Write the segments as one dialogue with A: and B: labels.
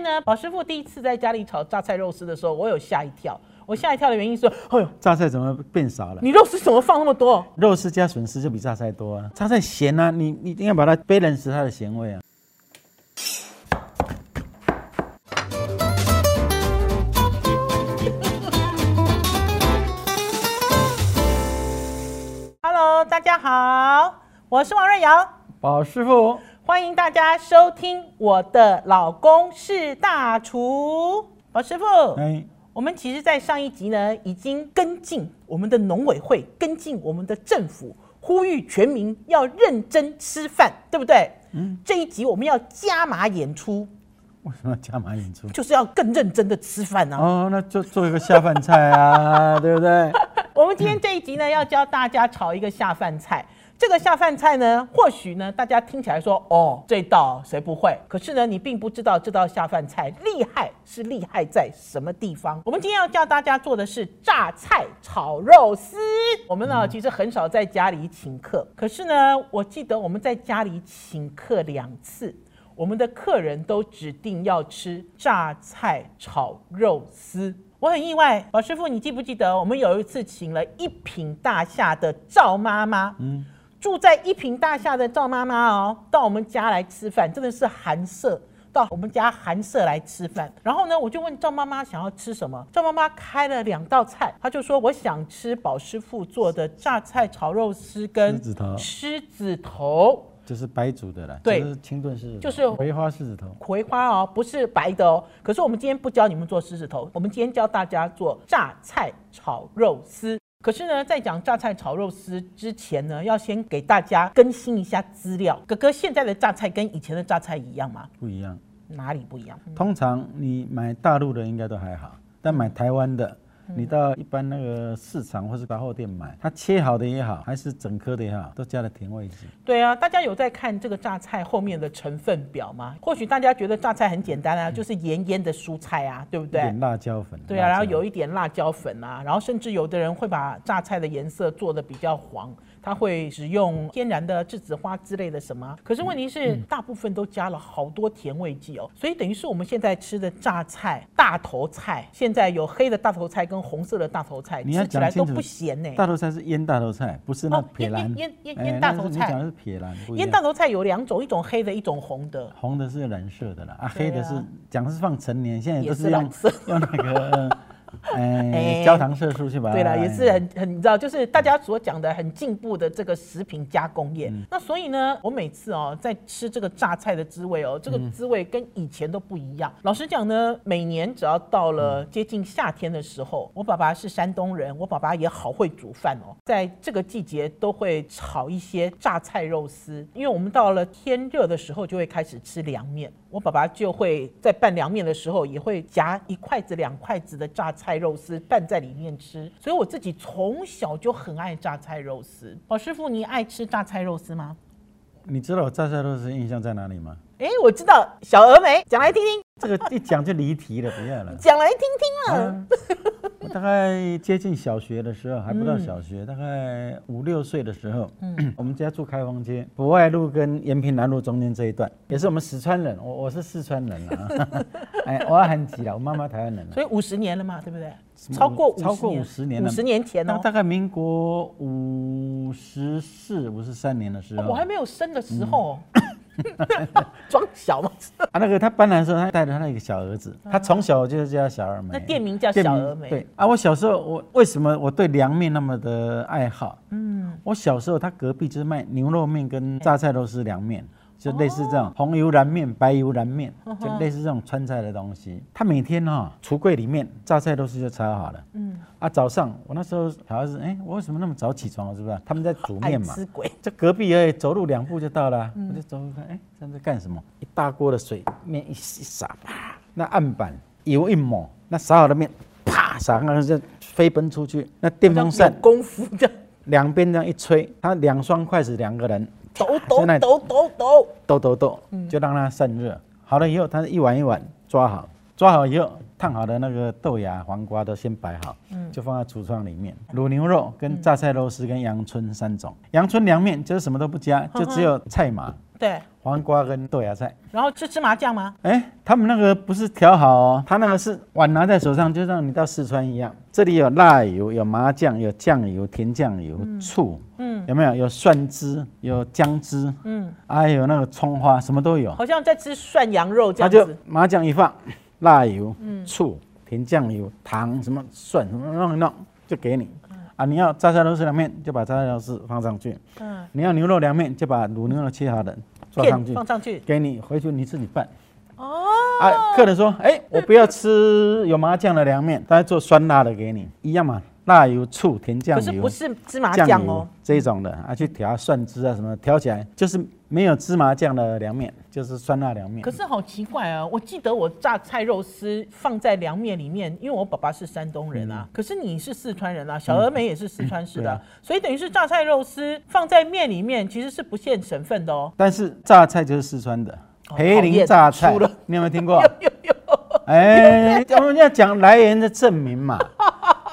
A: 呢，宝师傅第一次在家里炒榨菜肉丝的时候，我有吓一跳。我吓一跳的原因是，哎呦，
B: 榨菜怎么变少了？
A: 你肉丝怎么放那么多？
B: 肉丝加笋丝就比榨菜多啊。榨菜咸啊，你你一定要把它 balance 它的咸味啊。
A: Hello，大家好，我是王瑞瑶，
B: 宝师傅，
A: 欢迎大家收听我的老公是大厨。宝师傅，
B: 哎，
A: 我们其实，在上一集呢，已经跟进我们的农委会，跟进我们的政府，呼吁全民要认真吃饭，对不对？嗯，这一集我们要加码演出，
B: 为什么要加码演出？
A: 就是要更认真的吃饭啊。
B: 哦，那就做一个下饭菜啊， 对不对？
A: 我们今天这一集呢，要教大家炒一个下饭菜。这个下饭菜呢，或许呢，大家听起来说哦，这道谁不会？可是呢，你并不知道这道下饭菜厉害是厉害在什么地方。我们今天要教大家做的是榨菜炒肉丝。我们呢，其实很少在家里请客，可是呢，我记得我们在家里请客两次，我们的客人都指定要吃榨菜炒肉丝。我很意外，宝师傅，你记不记得我们有一次请了一品大厦的赵妈妈？嗯，住在一品大厦的赵妈妈哦，到我们家来吃饭，真的是寒舍。到我们家寒舍来吃饭，然后呢，我就问赵妈妈想要吃什么。赵妈妈开了两道菜，她就说我想吃宝师傅做的榨菜炒肉丝跟
B: 狮子头
A: 狮子头
B: 就是白煮的啦，
A: 对
B: 就是清炖狮子头，
A: 就是
B: 葵花狮子头。
A: 葵花哦，不是白的哦。可是我们今天不教你们做狮子头，我们今天教大家做榨菜炒肉丝。可是呢，在讲榨菜炒肉丝之前呢，要先给大家更新一下资料。哥哥，现在的榨菜跟以前的榨菜一样吗？
B: 不一样。
A: 哪里不一样？
B: 通常你买大陆的应该都还好，但买台湾的，
A: 嗯
B: 你到一般那个市场或是杂货店买，它切好的也好，还是整颗的也好，都加了甜味剂。
A: 对啊，大家有在看这个榨菜后面的成分表吗？或许大家觉得榨菜很简单啊，就是盐腌的蔬菜啊，对不
B: 一
A: 对？
B: 点辣椒粉。
A: 对啊，然后有
B: 一
A: 一点辣椒粉啊，然后甚至有的人会把榨菜的颜色做的比较黄，他会使用天然的栀子花之类的什么。可是问题是，
B: 嗯
A: 大部分都加了好多甜味剂哦，所以等于是我们现在吃的榨菜、大头菜，现在有黑的大头菜跟红色的大头菜，
B: 你要
A: 吃起来
B: 讲
A: 都
B: 清楚
A: 不咸呢、
B: 大头菜是腌大头菜，不是那
A: 哎哦
B: 撇兰。
A: 腌腌腌
B: 哎
A: 腌大
B: 那是
A: 头
B: 你
A: 菜
B: 讲的是撇兰，不一
A: 腌
B: 样。
A: 大头菜有两种，一种黑的，一种红的。
B: 红的是蓝色的啦，啊，
A: 对啊
B: 黑的是讲的是放陈年，现在
A: 也
B: 都
A: 是
B: 是用
A: 蓝色
B: 用那 个呃
A: 哎
B: 哎焦糖色素去把它。哎
A: 对了，也是很很，你知道，就是大家所讲的很进步的这个食品加工业。那所以呢，我每次哦在吃这个榨菜的滋味哦，这个滋味跟以前都不一样。老实讲呢，每年只要到了接近夏天的时候，我爸爸是山东人，我爸爸也好会煮饭哦，在这个季节都会炒一些榨菜肉丝，因为我们到了天热的时候就会开始吃凉面。我爸爸就会在拌凉面的时候，也会夹一筷子、两筷子的榨菜肉丝拌在里面吃。所以我自己从小就很爱榨菜肉丝。宝师傅，你爱吃榨菜肉丝吗？
B: 你知道我榨菜肉丝印象在哪里吗？
A: 哎，我知道小峨眉，讲来听听，
B: 这个一讲就离题了，不要了。
A: 讲来听听了。
B: 啊我大概接近小学的时候，还不
A: 嗯
B: 到小学，大概五六岁的时候， 我们家住开封街博爱路跟延平南路中间这一段，也是我们四川人，我我是四川人啦， 哎，我很急了，我妈妈台湾人啊啦。
A: 所以五十年了嘛，对不对？
B: 么
A: 超过
B: 超过50年
A: 五
B: 了
A: 十年前
B: 那
A: 哦，
B: 大概民国五十四、五十三年的时候，
A: 哦我还没有生的时候 哦，装小嘛。
B: 啊，那个他搬来的时候，他带着他那个小儿子，他从小就叫他小二梅。
A: 嗯那店名叫
B: 店
A: 小
B: 名
A: 峨眉
B: 对啊，我小时候我为什么我对凉面那么的爱好？嗯，我小时候他隔壁就是卖牛肉面跟榨菜肉丝凉面。
A: 哦
B: 就类似这种红油燃面、白油燃面，就类似这种川菜的东西。他每天哈、橱柜里面榨菜肉丝就炒好了。嗯啊，早上我那时候小孩子，哎、我为什么那么早起床？我啊是不是？他们在煮
A: 爱
B: 面嘛。
A: 吃嗯鬼，
B: 这隔壁而已，走路两步就到了啊、我就走路看，哎，他们在干什么？一大锅的水，面一一撒，啪，那案板油一抹，那撒好的面，啪撒上去就飞奔出去。那电风扇
A: 有功夫 的，
B: 两边这样一吹，他两双筷子，两个人
A: 抖
B: 在
A: 抖
B: 那里
A: 抖抖抖。
B: 抖抖抖，就让它散热。好了以后，它一碗一碗抓好，抓好以后，烫好的那个豆芽、黄瓜都先摆好，就放在橱窗里面。卤牛肉、跟榨菜肉丝、跟阳春三种。阳春凉面就是什么都不加，就只有菜码
A: 对，
B: 黄瓜跟豆芽菜。
A: 然后是芝麻酱吗？
B: 哎，他们那个不是调好哦，他那个是碗拿在手上，就像你到四川一样。这里有辣油，有麻酱，有酱油、甜酱油、醋，嗯，有没有？有蒜汁，有姜汁，嗯，还有那个葱花，什么都有。
A: 好像在吃涮羊肉这
B: 他
A: 样
B: 就
A: 子。
B: 麻酱一放，辣油、醋、甜酱油、糖，什么蒜，什么弄一弄就给你。啊，你要炸菜肉丝凉面，就把炸菜肉丝放上去；
A: 嗯，
B: 你要牛肉凉面，就把卤牛肉切好的抓上去
A: 片，放上去。
B: 给你回去你自己拌。
A: 哦，
B: 啊，客人说，哎、我不要吃有麻酱的凉面，他做酸辣的给你，一样嘛，辣油、醋、甜酱
A: 可
B: 油。
A: 是不是芝麻
B: 酱
A: 酱
B: 油
A: 哦，
B: 这一种的啊，去调蒜汁啊什么，调起来就是没有芝麻酱的凉面，就是酸辣凉面
A: 可。是好奇怪啊！我记得我榨菜肉丝放在凉面里面，因为我爸爸是山东人啊，可是你是四川人啊，小峨眉也是四川市的，
B: 嗯嗯对啊
A: 所以等于是榨菜肉丝放在面里面，其实是不限省份的哦。
B: 但是榨菜就是四川的，
A: 哦
B: 培
A: 讨
B: 林
A: 厌
B: 榨菜
A: 输了，
B: 你有没有听过？ 哎，我们要讲来源的证 明嘛，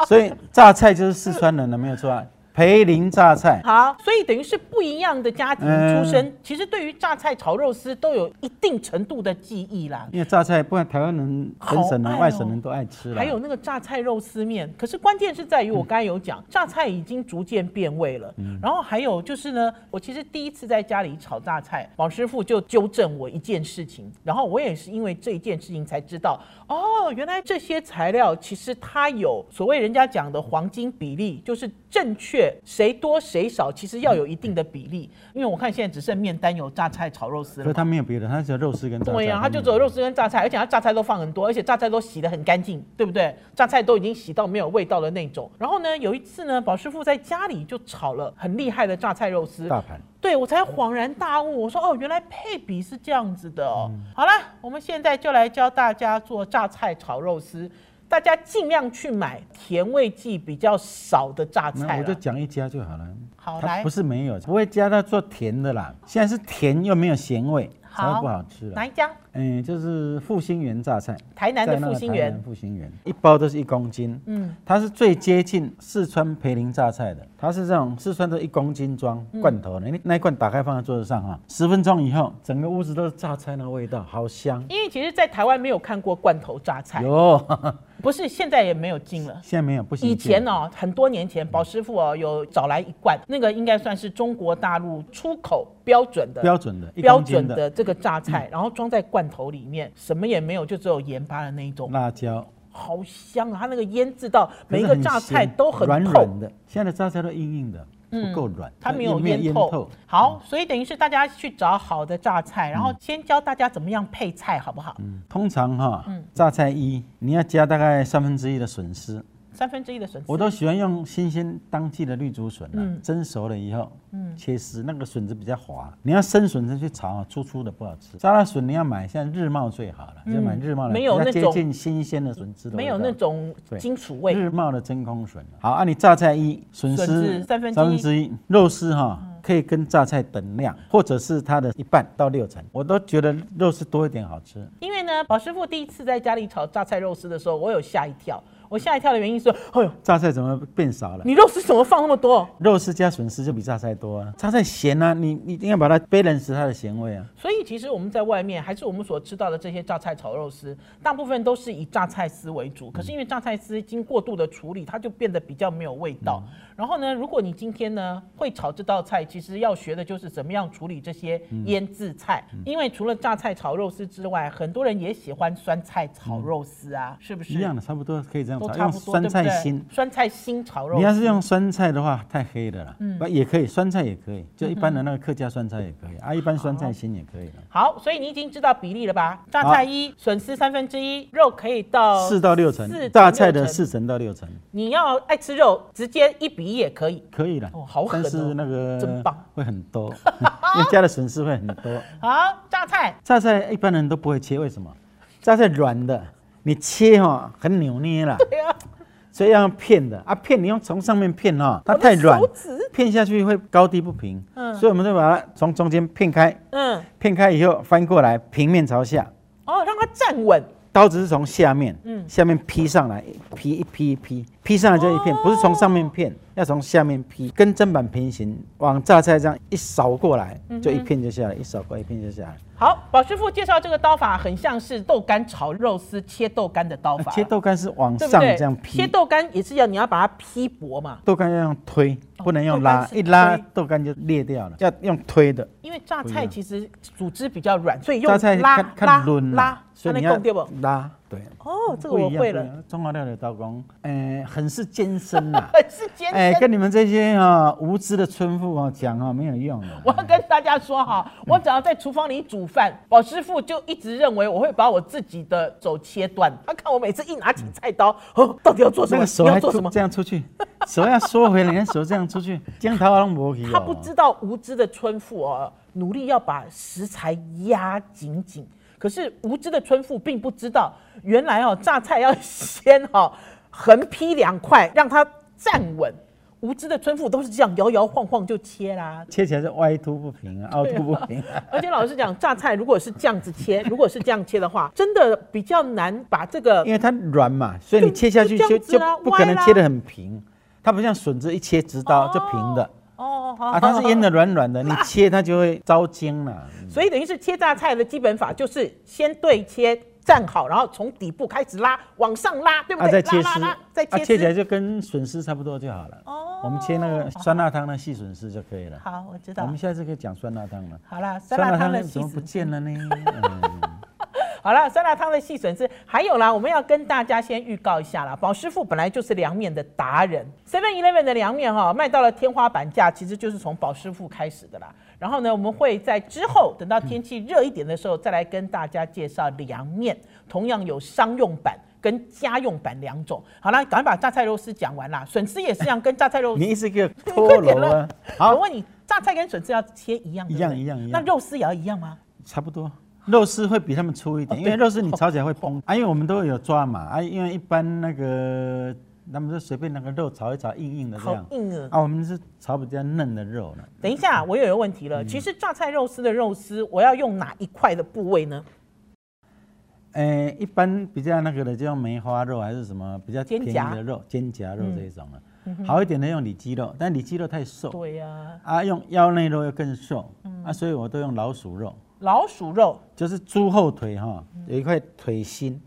B: 所以榨菜就是四川人的，没有错啊。培林榨菜，
A: 好，所以等于是不一样的家庭
B: 嗯
A: 出身，其实对于榨菜炒肉丝都有一定程度的记忆啦。
B: 因为榨菜不然台湾人、本省
A: 好爱
B: 人、
A: 哦
B: 外省人都爱吃了。
A: 还有那个榨菜肉丝面，可是关键是在于我刚才有讲，榨菜已经逐渐变味了。然后还有就是呢，我其实第一次在家里炒榨菜，王师傅就纠正我一件事情，然后我也是因为这一件事情才知道，哦，原来这些材料其实它有所谓人家讲的黄金比例，就是正确谁多谁少，其实要有一定的比例。因为我看现在只剩面单有榨菜炒肉丝
B: 可
A: 了
B: 是
A: 嘛。
B: 他没有别的，他只有肉丝跟榨菜。
A: 对呀、啊他就只有肉丝跟榨菜，而且他榨菜都放很多，而且榨菜都洗得很干净，对不对？榨菜都已经洗到没有味道的那种。然后呢，有一次呢，宝师傅在家里就炒了很厉害的榨菜肉丝，
B: 大盘。
A: 对我才恍然大悟，我说哦，原来配比是这样子的
B: 嗯
A: 哦。好了，我们现在就来教大家做榨菜炒肉丝。大家尽量去买甜味剂比较少的榨
B: 那
A: 菜
B: 我
A: 了
B: 就。讲一家就好了。
A: 好
B: 它
A: 来
B: 不是没有，不会加到做甜的啦。现在是甜又没有咸味，才
A: 好
B: 会不好吃了
A: 哪。一家？
B: 嗯，就是复兴园榨菜，
A: 台南的
B: 在那
A: 复
B: 个
A: 兴
B: 台
A: 园
B: 南。复兴园一包都是一公斤。嗯，它是最接近四川培林榨菜的，它是这种四川的一公斤装罐头的，你那一罐打开放在桌子上哈，十分钟以后，整个屋子都是榨菜那味道，好香。
A: 因为其实，在台湾没有看过罐头榨菜，
B: 有，哈哈
A: 不是现在也没有进了。
B: 现在没有，不行。
A: 以前哦，很多年前，宝师傅哦有找来一罐，那个应该算是中国大陆出口标准的
B: 标准的，一
A: 标
B: 公斤
A: 准
B: 的嗯
A: 的这个榨菜，然后装在罐头里面，什么也没有，就只有盐巴的那一种，
B: 辣椒，
A: 好香啊！它那个腌制到每一
B: 可
A: 个
B: 是很
A: 榨菜
B: 咸
A: 都很
B: 软
A: 透，嗯
B: 软的，现在的榨菜都硬硬的，不够软，
A: 它没有
B: 腌嗯
A: 腌透。好，所以等于是大家去找好的榨菜，然后先教大家怎么样配菜，好不好？
B: 通常哈、
A: 嗯
B: 榨菜一你要加大概三分之一的笋丝，
A: 三分之一的笋丝，
B: 我都喜欢用新鲜当季的绿竹笋啊，
A: 嗯
B: 蒸熟了以后，切丝，那个笋子比较滑。你要生笋子去炒，啊粗粗的不好吃。炸辣笋你要买像日茂最好了，就买日茂的，
A: 嗯没有
B: 比较
A: 那
B: 接
A: 种
B: 近新鲜的笋子的味道，
A: 没有那种
B: 对
A: 金属味。
B: 日茂的真空笋。好，按、啊、你榨菜一，笋
A: 笋
B: 丝
A: 丝三分之一
B: 一，肉丝哈、可以跟榨菜等量，或者是它的一半到六成，我都觉得肉丝多一点好吃。
A: 因为呢，宝师傅第一次在家里炒榨菜肉丝的时候，我有吓一跳。我吓一跳的原因是，哎呦，
B: 榨菜怎么变少了？
A: 你肉丝怎么放那么多？
B: 肉丝加笋丝就比榨菜多啊，榨菜咸啊，你你一定要把它 balance 它的咸味啊。
A: 所以其实我们在外面，还是我们所吃到的这些榨菜炒肉丝，大部分都是以榨菜丝为主。可是因为榨菜丝经过度的处理，它就变得比较没有味道。
B: 嗯
A: 然后呢，如果你今天呢会炒这道菜，其实要学的就是怎么样处理这些
B: 嗯
A: 腌制菜。因为除了榨菜炒肉丝之外，很多人也喜欢酸菜炒肉丝啊，是不是？
B: 嗯一样的，差不多可以这样
A: 都
B: 炒，
A: 差
B: 啊用
A: 不多，
B: 酸菜
A: 对
B: 心
A: 不。对？酸菜心炒肉丝，
B: 你要是用酸菜的话，太黑的了。嗯，也可以，酸菜也可以，就一般的那个客家酸菜也可以啊，一般酸菜心也可以了。
A: 好，所以你已经知道比例了吧？榨菜一，笋丝三分之一，肉可以到
B: 四到六成
A: 四，
B: 榨菜
A: 六
B: 的
A: 成
B: 四成到六成，
A: 你要爱吃肉，直接一比一也可以。
B: 可以了。
A: 哦好狠哦
B: 但是那个
A: 真棒
B: 会很 多，因为加的损失会很多。
A: 好，榨菜
B: 榨菜一般人都不会切，为什么？榨菜软的，你切哈很扭 捏啦。
A: 对啊，
B: 所以要用片的啊，片你用从上面片哈、它
A: 我的
B: 太软
A: 哦手指，
B: 片下去会高低不平，
A: 嗯
B: 所以我们就把它从中间片开，
A: 嗯，
B: 片开以后翻过来，平面朝下，
A: 哦，让它站稳，
B: 刀子是从下面，
A: 嗯
B: 下面劈上来，一劈一劈一劈，劈上来就一片，不是从上面
A: 哦
B: 片，要从下面劈，跟砧板平行，往榨菜这样一扫过来，
A: 嗯
B: 就一片就下来，一扫过来一片就下来。
A: 好，宝师傅介绍这个刀法很像是豆干炒肉丝切豆干的刀
B: 啊
A: 法，
B: 切豆干是往
A: 对不
B: 上
A: 对
B: 这样？
A: 切
B: 劈，
A: 豆干也是要你要把它劈薄嘛，
B: 豆干要用推，不能用
A: 豆
B: 拉
A: 干，是
B: 一拉
A: 推
B: 豆干就裂掉
A: 哦
B: 了，要用推的。
A: 因为榨
B: 不一
A: 菜
B: 样
A: 其实组织比较软，所以用
B: 榨菜
A: 拉
B: 看
A: 拉
B: 看轮啦
A: 拉，
B: 所以
A: 它
B: 你
A: 那
B: 要
A: 动对不？
B: 拉，对。
A: 哦，这个
B: 不一
A: 我
B: 样
A: 会。
B: 不一
A: 了，
B: 样中华料理的刀工，呃，很是艰深呐、
A: 很是艰
B: 哎、
A: 深。
B: 跟你们这些啊、无知的村妇啊讲啊没有用的。
A: 我要跟大家说哈，我只要在厨房里煮饭，宝师傅就一直认为我会把我自己的手切断。他看我每次一拿起菜刀，哦，到底要做什
B: 那
A: 么
B: 个？手
A: 你要
B: 还
A: 做什
B: 出
A: 么？
B: 这样出去， 手要缩回来，你看手这样出去，哦这样头发都磨皮
A: 他不知道无知的村妇哦，努力要把食材压紧紧。可是无知的村妇并不知道，原来哦，榨菜要先哦横劈两块，让它站稳。无知的村妇都是这样摇摇晃晃就切啦。
B: 切起来是歪凸不平 啊，凹凸不平、啊。
A: 而且老实讲，榨菜如果是这样子切，如果是这样切的话，真的比较难把这个
B: 因为它软嘛，所以你
A: 就
B: 切下去
A: 就这
B: 就
A: 样子
B: 就
A: 啦
B: 不可能
A: 歪啦
B: 切得很平，它不像笋子一切直刀就平的
A: 哦，啊好
B: 啊，它是腌的软软的，你切它就会糟精了。
A: 所以等于是切榨菜的基本法就是先对切站好，然后从底部开始拉，往上拉，对不
B: 啊，
A: 对？
B: 再切
A: 拉
B: 丝，
A: 拉拉，再切
B: 啊，切起
A: 丝。
B: 来就跟笋丝差不多就好了。哦，我们切那个酸辣汤的细笋丝就可以了。
A: 好，我知
B: 我
A: 道
B: 们。下次可以讲酸辣汤了。
A: 好啦，酸辣汤的
B: 怎
A: 细
B: 么不
A: 笋丝。
B: 见 了呢？嗯
A: 好啦，酸辣汤的细笋丝。还有啦，我们要跟大家先预告一下啦。宝师傅本来就是凉面的达人，Seven Eleven 的凉面哈、卖到了天花板价，其实就是从宝师傅开始的啦。然后呢，我们会在之后等到天气热一点的时候，再来跟大家介绍凉面，同样有商用版。跟家用版两种，好啦，赶快把榨菜肉丝讲完啦。笋丝也是一样，跟榨菜肉丝
B: 你一直给我
A: 你
B: 脱
A: 快点
B: 楼
A: 了
B: 了。
A: 我
B: 好，
A: 问你，榨菜跟笋丝要切一样对不对？
B: 一样一样一样
A: 那肉丝也要一样吗？
B: 差不多。肉丝会比它们粗
A: 哦
B: 一点，因为肉丝你炒起来会崩啊，因为我们都有抓嘛啊，因为一般那个他们就随便那个肉炒一炒，硬硬的这
A: 好
B: 样
A: 硬啊！
B: 啊，我们是炒比较嫩的肉呢，
A: 等一
B: 嗯
A: 下，我又有问题了。其实榨菜肉丝的肉丝，我要用哪一块的部位呢？
B: 嗯呃，一般比较那个的就用梅花肉还是什么比较
A: 肩
B: 便宜
A: 胛嗯
B: 的肉，肩胛肉这一种了。好一点的用里脊肉，但里脊肉太瘦
A: 对嗯呀、
B: 啊，用腰内肉又更瘦啊，所以我都用老鼠肉，
A: 老鼠肉
B: 就是猪后腿哈，有一块腿心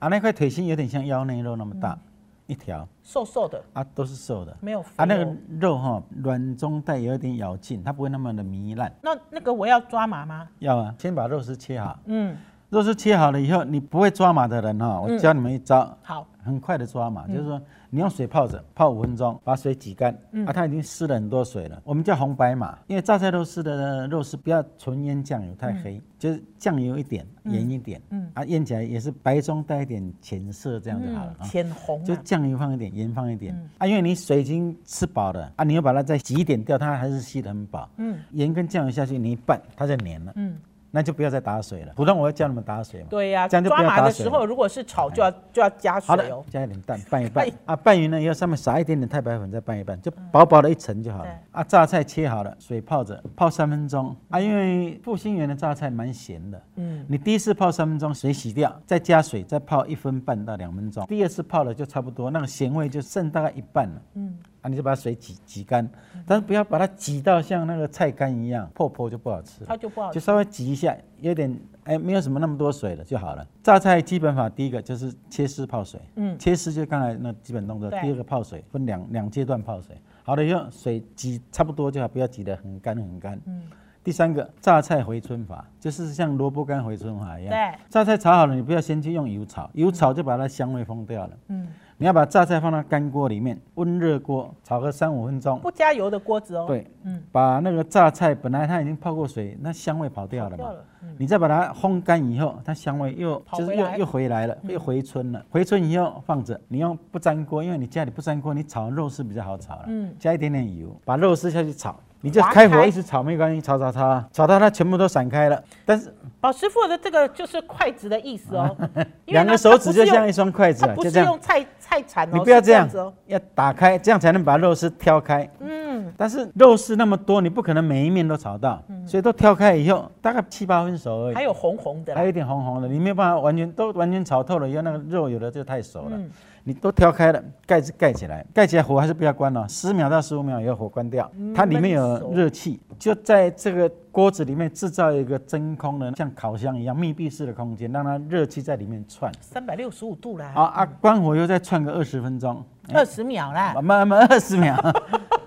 B: 啊，那块腿心有点像腰内肉那么大一条
A: 瘦瘦的，哦
B: 啊，都是瘦的
A: 嗯没有肥
B: 啊，那
A: 哦
B: 个肉哈软中带有一点咬劲，它不会那么的糜烂。
A: 那那个我要抓麻吗？
B: 要啊，先把肉丝切好，
A: 嗯，
B: 肉丝切好了以后，你不会抓马的人哈，我教你们一招。
A: 好，
B: 很快的抓嘛，就是说你用水泡着，泡五分钟，把水挤干，啊，它已经湿了很多水了。我们叫红白马，因为榨菜肉丝的肉丝不要纯腌酱油太黑，就是酱油一点，盐一点，啊，腌起来也是白中带一点浅色，这样就好了
A: 嗯，
B: 啊。
A: 浅红、
B: 就
A: 啊，
B: 酱油放一点，盐放一点、啊，因为你水已经吃饱了啊，你又把它再挤一点掉，它还是吸得很饱。嗯，盐跟酱油下去，你一拌它就黏了。嗯，那就不要再打水了。普通我会教你们打水嘛。
A: 对呀、
B: 这样就不
A: 抓
B: 要
A: 麻
B: 打
A: 的
B: 水
A: 时
B: 了。哎
A: 候，如果是炒就要就要加
B: 好
A: 水
B: 了
A: 哦，。
B: 加一点蛋拌一拌
A: 哎
B: 啊，拌匀了以后上面撒一点点太白粉，再拌一拌，就薄薄的一层就好了
A: 对
B: 啊。榨菜切好了，水泡着，泡三分钟啊，因为复兴园的榨菜蛮咸的，嗯，你第一次泡三分钟，水洗掉，再加水再泡一分半到两分钟，第二次泡了就差不多，那个咸味就剩大概一半了，嗯。啊，你就把水挤挤干，
A: 嗯
B: 但是不要把它挤到像那个菜干一样破破就不好吃了。
A: 它就不好
B: 就
A: 吃。
B: 稍微挤一下，有点哎，没有什么那么多水了就好了。榨菜基本法第一个就是切丝泡水，嗯，切丝就刚才那基本动作。
A: 对
B: 第二个泡水分两两阶段泡水，好了以后水挤差不多就好，不要挤得很干很干。嗯。第三个榨菜回春法，就是像萝卜干回春法一样。
A: 对，
B: 榨菜炒好了，你不要先去用油炒，油炒就把它香味封掉了。嗯，你要把榨菜放到干锅里面，温热锅炒个三五分钟。
A: 不加油的锅子哦，
B: 对，把那个榨菜本来它已经泡过水，那香味跑掉了
A: 掉
B: 嘛
A: 了，嗯
B: 你再把它烘干以后，它香味又
A: 跑
B: 就是
A: 回
B: 又
A: 来嗯
B: 又回来了，又回春了。回春以后放着，你用不粘锅，因为你家里不粘锅，你炒肉丝比较好炒了。
A: 嗯
B: 加一点点油，把肉丝下去炒，你就
A: 划
B: 开火
A: 开
B: 一直炒没关系，炒炒炒，炒到它全部都散开了。但是
A: 宝师傅的这个就是筷子的意思 哦，因为
B: 两
A: 呢
B: 个手指就像一。双筷
A: 它
B: 子啊，
A: 不
B: 就是
A: 用它不是
B: 这样
A: 用。菜菜铲哦，
B: 你不要
A: 是
B: 这样
A: 子哦。，
B: 要打开，这样才能把肉丝挑开。嗯，但是肉丝那么多，你不可能每一面都炒到，所以都挑开以后，大概七八分熟而已
A: 嗯还。有红红的啦
B: 还有一点红红的，你没有办法完全都完全炒透了以后，那个肉有的就太熟
A: 嗯
B: 了。你都挑开了，盖子盖起来，盖起来火还是不要关了、哦，十秒到十五秒以后火关掉，
A: 嗯
B: 它里面
A: 焖熟
B: 有热气，就在这个锅子里面制造一个真空的，像烤箱一样密闭式的空间，让它热气在里面窜。
A: 三百六十五度
B: 好
A: 啦，
B: 啊，关火又再窜个二十分钟，
A: 二十秒啦，
B: 慢慢慢二十秒，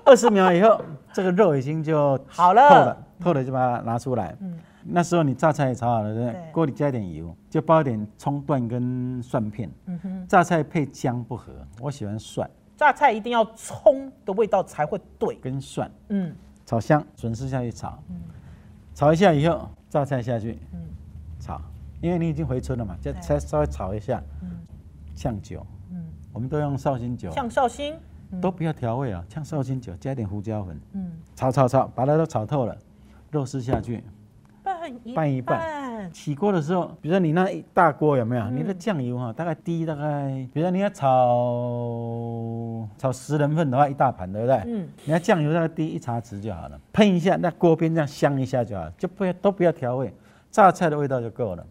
B: 二十秒以后，这个肉已经就
A: 好
B: 透
A: 了
B: 了，，透了就把它拿出来。那时候你榨菜也炒好了，对不对
A: 对
B: 锅里加一点油，就包一点葱段跟蒜片。榨菜配姜不合，我喜欢蒜
A: 榨菜一定要葱的味道才会对，
B: 跟蒜
A: 嗯，
B: 炒香，笋丝下去炒，炒一下以后，榨菜下去，炒，因为你已经回春了嘛，就
A: 对
B: 才稍微炒一下，酱酒，我们都用绍兴酒，
A: 像绍兴，
B: 都不要调味啊，像绍兴酒加一点胡椒粉，
A: 嗯，
B: 炒炒炒，把它都炒透了，肉丝下去，
A: 拌一
B: 拌一
A: 拌，
B: 起锅的时候，比如说你那一大锅有没有？你
A: 嗯
B: 的酱油哈、大概滴大概，比如说你要炒炒十人份的话，一大盘，对不对？
A: 嗯
B: 嗯。你要酱油大概滴一茶匙就好了，喷一下，那锅边这样香一下就好了，就不要都不要调味，榨菜的味道就够了。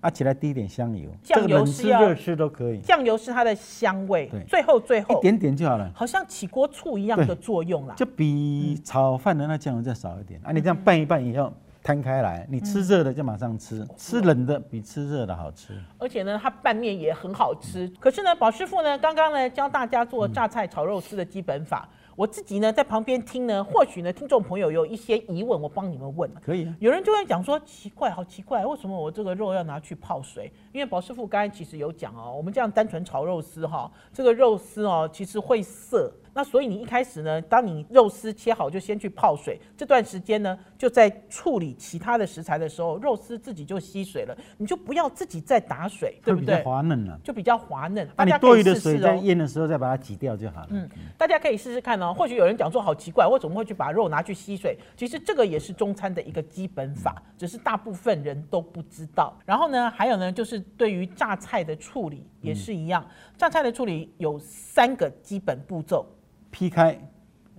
B: 啊，起来滴一点香油，
A: 酱油
B: 这个冷
A: 是
B: 吃
A: 要
B: 热吃都可以，
A: 酱油是它的香味
B: 对，
A: 最后最
B: 一
A: 后
B: 点点就好了。
A: 好像起锅醋一样的作用啦，
B: 就比炒饭的那酱油再少一点
A: 嗯
B: 啊。你这样拌一拌以后，摊开来，你吃热的就马上
A: 嗯
B: 吃，吃冷的比吃热的好吃。
A: 而且呢，它拌面也很好吃。可是呢，宝师傅呢，刚刚呢教大家做榨菜炒肉丝的基本法，我自己呢在旁边听呢，或许呢听众朋友有一些疑问，我帮你们问。
B: 可以啊，
A: 有人就会讲说，奇怪，好奇怪，为什么我这个肉要拿去泡水？因为宝师傅刚才其实有讲哦，我们这样单纯炒肉丝哈、这个肉丝哦其实会涩。那所以你一开始呢，当你肉丝切好就先去泡水，这段时间呢就在处理其他的食材的时候，肉丝自己就吸水了，你就不要自己再打水，对不
B: 会比较
A: 对？
B: 滑嫩了。
A: 就比较滑嫩。大
B: 那你
A: 家
B: 多
A: 可以
B: 余的
A: 试
B: 水
A: 试
B: 在
A: 哦。
B: 腌的时候再把它挤掉就好了。嗯，
A: 大家可以试试看哦。或许有人讲说好奇怪，为什么会去把肉拿去吸水？其实这个也是中餐的一个基本法，
B: 嗯
A: 只是大部分人都不知道。然后呢，还有呢，就是对于榨菜的处理也是一样。榨菜的处理有三个基本步骤，
B: 劈开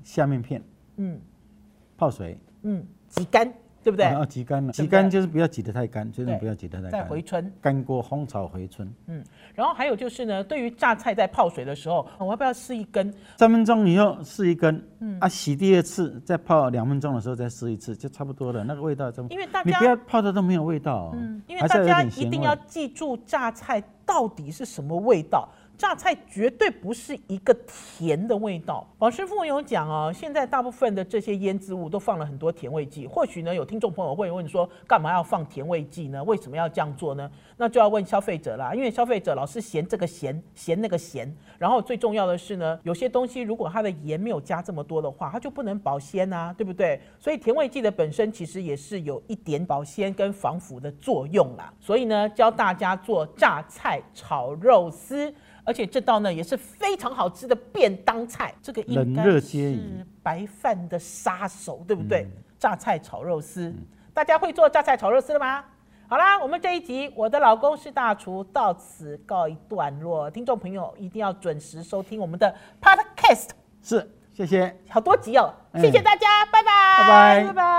B: 下面片，
A: 嗯
B: 泡水，
A: 嗯，挤干，对不对？
B: 然后挤干了。
A: 对不对
B: 挤干就是不要挤得太干，最
A: 对
B: 近不啊要挤得太
A: 再回
B: 干。
A: 春。
B: 干锅烘炒回春，
A: 然后还有就是呢，对于榨菜在泡水的时候，我要不要试一根？
B: 三分钟以后试一根，
A: 嗯
B: 啊，洗第二次，再泡两分钟的时候再试一次，就差不多了。那个味道就
A: 因为大
B: 你
A: 家嗯
B: 不要泡的都没有味道、哦，
A: 因为
B: 还是
A: 大
B: 有
A: 家
B: 点
A: 一
B: 咸
A: 定
B: 味
A: 要记住榨菜到底是什么味道。榨菜绝对不是一个甜的味道。宝师傅有讲哦，现在大部分的这些腌制物都放了很多甜味剂。或许呢，有听众朋友会问说，干嘛要放甜味剂呢？为什么要这样做呢？那就要问消费者啦，因为消费者老是嫌这个咸，嫌那个咸。然后最重要的是呢，有些东西如果它的盐没有加这么多的话，它就不能保鲜啊，对不对？所以甜味剂的本身其实也是有一点保鲜跟防腐的作用啦。所以呢，教大家做榨菜炒肉丝，而且这道呢也是非常好吃的便当菜。这个应该
B: 冷热皆宜
A: 是白饭的杀手，对不对？
B: 嗯
A: 榨菜炒肉丝，大家会做榨菜炒肉丝了吗？好啦，我们这一集《我的老公是大厨》到此告一段落。听众朋友一定要准时收听我们的 Podcast，
B: 是，谢谢。
A: 好多集哦，谢谢大家，拜拜，
B: 嗯拜拜
A: 拜拜。